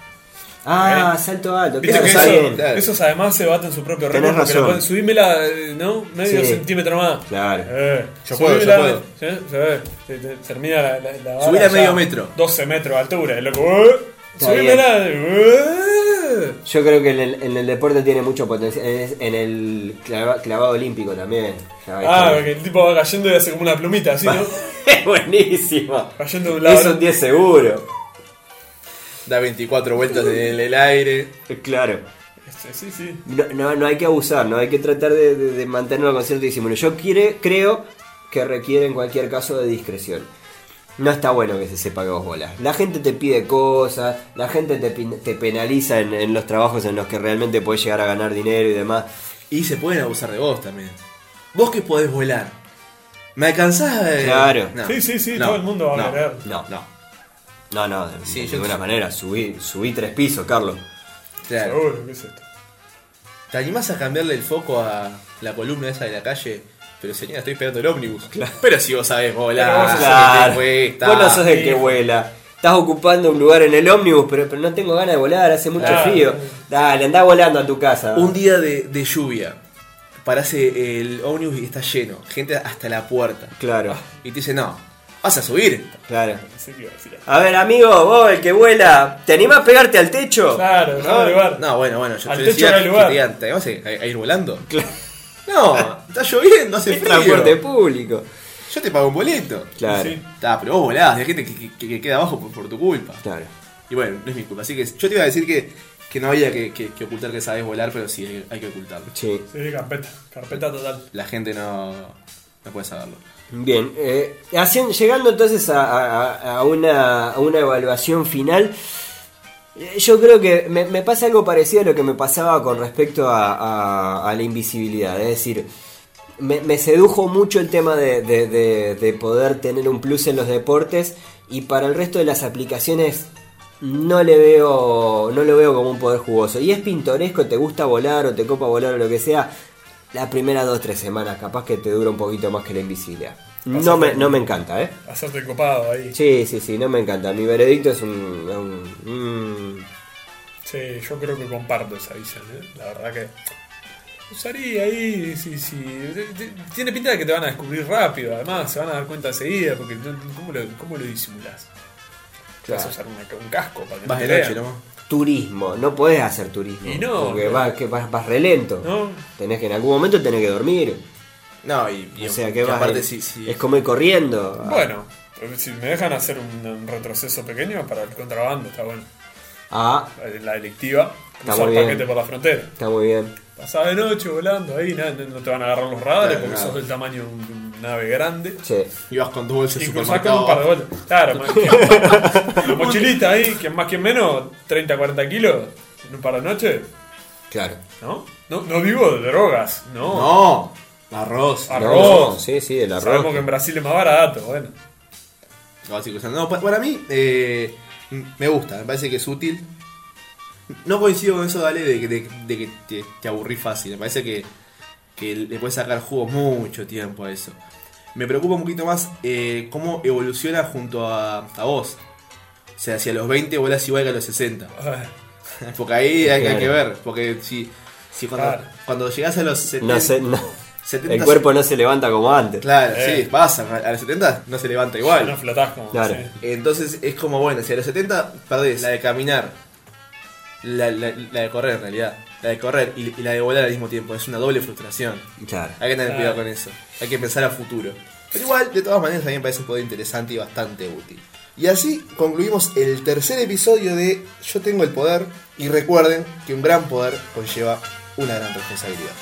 Speaker 3: Ah, salto alto,
Speaker 4: Viste
Speaker 3: claro,
Speaker 4: que
Speaker 3: está
Speaker 2: salto-
Speaker 3: bien.
Speaker 4: eso-
Speaker 2: claro.
Speaker 4: esos además se baten su propio
Speaker 3: Tenés
Speaker 4: récord porque
Speaker 3: razón.
Speaker 4: lo ponen, subímela, eh, ¿no? Medio
Speaker 3: Sí.
Speaker 4: centímetro más.
Speaker 3: Claro.
Speaker 4: Eh,
Speaker 2: Yo puedo, yo
Speaker 4: subímela,
Speaker 2: puedo.
Speaker 4: ¿sí? Sí, te- te- termina la, la, la vara
Speaker 2: Subíla
Speaker 4: ya
Speaker 2: medio metro.
Speaker 4: 12 metros de altura, el loco. eh,
Speaker 3: Está
Speaker 4: subímela. eh.
Speaker 3: Yo creo que en el, en el deporte tiene mucho potencial. Es- En el clava- clavado olímpico también. Ya ves,
Speaker 4: Ah,
Speaker 3: también.
Speaker 4: porque el tipo va cayendo y hace como una plumita, así, ¿no?
Speaker 3: Buenísimo.
Speaker 4: Cayendo de un lado
Speaker 3: Es
Speaker 4: al
Speaker 3: un
Speaker 4: otro.
Speaker 3: 10 seguro.
Speaker 2: Da 24 vueltas en el aire.
Speaker 3: Claro.
Speaker 4: Este, Sí, sí.
Speaker 3: No, no, no hay que abusar, no hay que tratar de, de- de mantenerlo con cierto disimulo. Yo quiere- creo que requiere en cualquier caso de discreción. No está bueno que se sepa que vos volás. La gente te pide cosas, la gente te, pin- te penaliza en, en los trabajos en los que realmente podés llegar a ganar dinero y demás.
Speaker 2: Y se pueden abusar de vos también. Vos que podés volar. ¿Me alcanzás? eh?
Speaker 3: Claro.
Speaker 2: No.
Speaker 4: Sí, sí, sí,
Speaker 2: No,
Speaker 4: todo el mundo va a
Speaker 2: no,
Speaker 4: querer.
Speaker 3: No,
Speaker 2: No,
Speaker 3: no, no, de,
Speaker 2: Sí,
Speaker 3: de
Speaker 2: yo-
Speaker 3: ninguna manera. Subí, subí tres pisos, Carlos.
Speaker 2: claro.
Speaker 4: Seguro, qué es esto.
Speaker 2: ¿Te animás a cambiarle el foco a la columna esa de la calle? Pero señora, estoy esperando el ómnibus. Pero si Ah, vos sabés
Speaker 4: Pero vos
Speaker 2: volar,
Speaker 4: sos
Speaker 3: Claro.
Speaker 2: sabés
Speaker 3: Vos no sos el que vuela. Estás ocupando un lugar en el ómnibus, pero, pero no tengo ganas de volar, hace mucho
Speaker 4: Claro.
Speaker 3: frío. Dale, andá volando a tu casa.
Speaker 2: Un día de, de lluvia. Parece el ómnibus y está lleno. Gente hasta la puerta.
Speaker 3: Claro,
Speaker 2: Y te dice, no, vas a subir.
Speaker 3: claro.
Speaker 4: Así que iba a decir.
Speaker 3: A ver, amigo, vos el que vuela, ¿te animás a pegarte al techo?
Speaker 4: Claro, no, hay lugar.
Speaker 2: No, bueno, bueno, yo
Speaker 4: Al
Speaker 2: te
Speaker 4: techo
Speaker 2: decía
Speaker 4: no hay
Speaker 2: que
Speaker 4: lugar.
Speaker 2: te digan, ¿te animás a, a ir volando? No, está lloviendo, hace
Speaker 3: Es
Speaker 2: frío.
Speaker 3: Este transporte público.
Speaker 2: Yo te pago un boleto.
Speaker 3: Claro,
Speaker 4: Sí.
Speaker 2: Está, pero vos volás, hay gente que, que- que queda abajo por, por tu culpa.
Speaker 3: claro.
Speaker 2: Y bueno, no es mi culpa. Así que yo te iba a decir que, que no había que, que- que ocultar que sabes volar, pero sí hay, hay que ocultarlo.
Speaker 3: Sí.
Speaker 4: Sí, carpeta, carpeta total.
Speaker 2: La gente no, no puede saberlo.
Speaker 3: Bien, eh, hacien- llegando entonces a, a- a una, a una evaluación final, eh, yo creo que me, me pasa algo parecido a lo que me pasaba con respecto a, a- a la invisibilidad, es decir, me, me sedujo mucho el tema de, de- de- de poder tener un plus en los deportes y para el resto de las aplicaciones no le veo no lo veo como un poder jugoso y es pintoresco te gusta volar o te copa volar o lo que sea la primera dos tres semanas capaz que te dura un poquito más que la invisibilidad no me, no me encanta eh
Speaker 4: Hacerte copado ahí.
Speaker 3: sí sí sí no me encanta mi veredicto es un, un- un-
Speaker 4: Sí, yo creo que comparto esa visión, ¿eh? La verdad que. Usaría ahí, sí, sí. Te- te- Tiene pinta de que te van a descubrir rápido, además, se van a dar cuenta enseguida, porque no- ¿cómo lo, cómo lo disimulás? Vas a
Speaker 3: claro,
Speaker 4: usar una- un casco para que
Speaker 2: Vas
Speaker 4: no
Speaker 2: de
Speaker 4: te
Speaker 2: noche,
Speaker 4: vean.
Speaker 2: ¿no?
Speaker 3: turismo no podés hacer turismo
Speaker 4: Y no,
Speaker 3: porque
Speaker 4: pero-
Speaker 3: vas, que vas, vas relento
Speaker 4: ¿No?
Speaker 3: tenés que en algún momento tenés que dormir
Speaker 2: No, y, y-
Speaker 3: o sea
Speaker 2: y
Speaker 3: que vas
Speaker 2: aparte
Speaker 3: es,
Speaker 2: sí, sí.
Speaker 3: es como ir corriendo
Speaker 4: Bueno, si me dejan hacer un, un retroceso pequeño para el contrabando, está bueno.
Speaker 3: ah
Speaker 4: La delictiva,
Speaker 3: Está
Speaker 4: cruzar
Speaker 3: muy bien.
Speaker 4: paquete por la frontera.
Speaker 3: está muy bien
Speaker 4: Pasás de noche volando ahí, na- no, no te van a agarrar los radares
Speaker 2: Claro,
Speaker 4: porque
Speaker 2: nada.
Speaker 4: sos del tamaño de un- una nave grande.
Speaker 3: sí
Speaker 2: Y vas con tu bolsa de
Speaker 4: Y cruzás con un par de bolas. Claro, más la mochilita ahí, que más que menos, 30, 40 kilos en un par de noches,
Speaker 3: claro
Speaker 4: ¿no? No, no digo de drogas, no.
Speaker 2: No, arroz.
Speaker 4: Arroz.
Speaker 3: No, sí, sí, el arroz.
Speaker 4: Sabemos que en Brasil es más barato, bueno.
Speaker 2: No, sí, cruzando. No, pa- para mí eh, m- me gusta, me parece que es útil. No coincido con eso, Dale, de, que- de- de que te, te aburrí fácil. Me parece que, que le puedes sacar jugo mucho tiempo a eso. Me preocupa un poquito más eh, cómo evoluciona junto a, a vos. O sea, si a los 20 volás igual que a los 60.
Speaker 4: Ay,
Speaker 2: Porque ahí hay, hay que
Speaker 3: Claro.
Speaker 2: ver. Porque si, si cuando,
Speaker 4: Claro.
Speaker 2: cuando llegás a los 70,
Speaker 3: No sé, no-
Speaker 2: 70
Speaker 3: el cuerpo no se levanta como antes.
Speaker 2: Claro,
Speaker 4: Eh.
Speaker 2: sí, pasa. A los 70 no se levanta igual.
Speaker 4: No flotás como.
Speaker 3: Claro.
Speaker 4: sí.
Speaker 2: Entonces es como, bueno, si a los 70 perdés la de caminar, la, la- la de correr en realidad, la de correr y, y la de volar al mismo tiempo, es una doble frustración.
Speaker 3: Claro.
Speaker 2: Hay que tener
Speaker 4: Ah.
Speaker 2: cuidado con eso, hay que pensar a futuro. Pero igual, de todas maneras, a mí me parece un poder interesante y bastante útil. Y así concluimos el tercer episodio de Yo tengo el poder y recuerden que un gran poder conlleva una gran responsabilidad.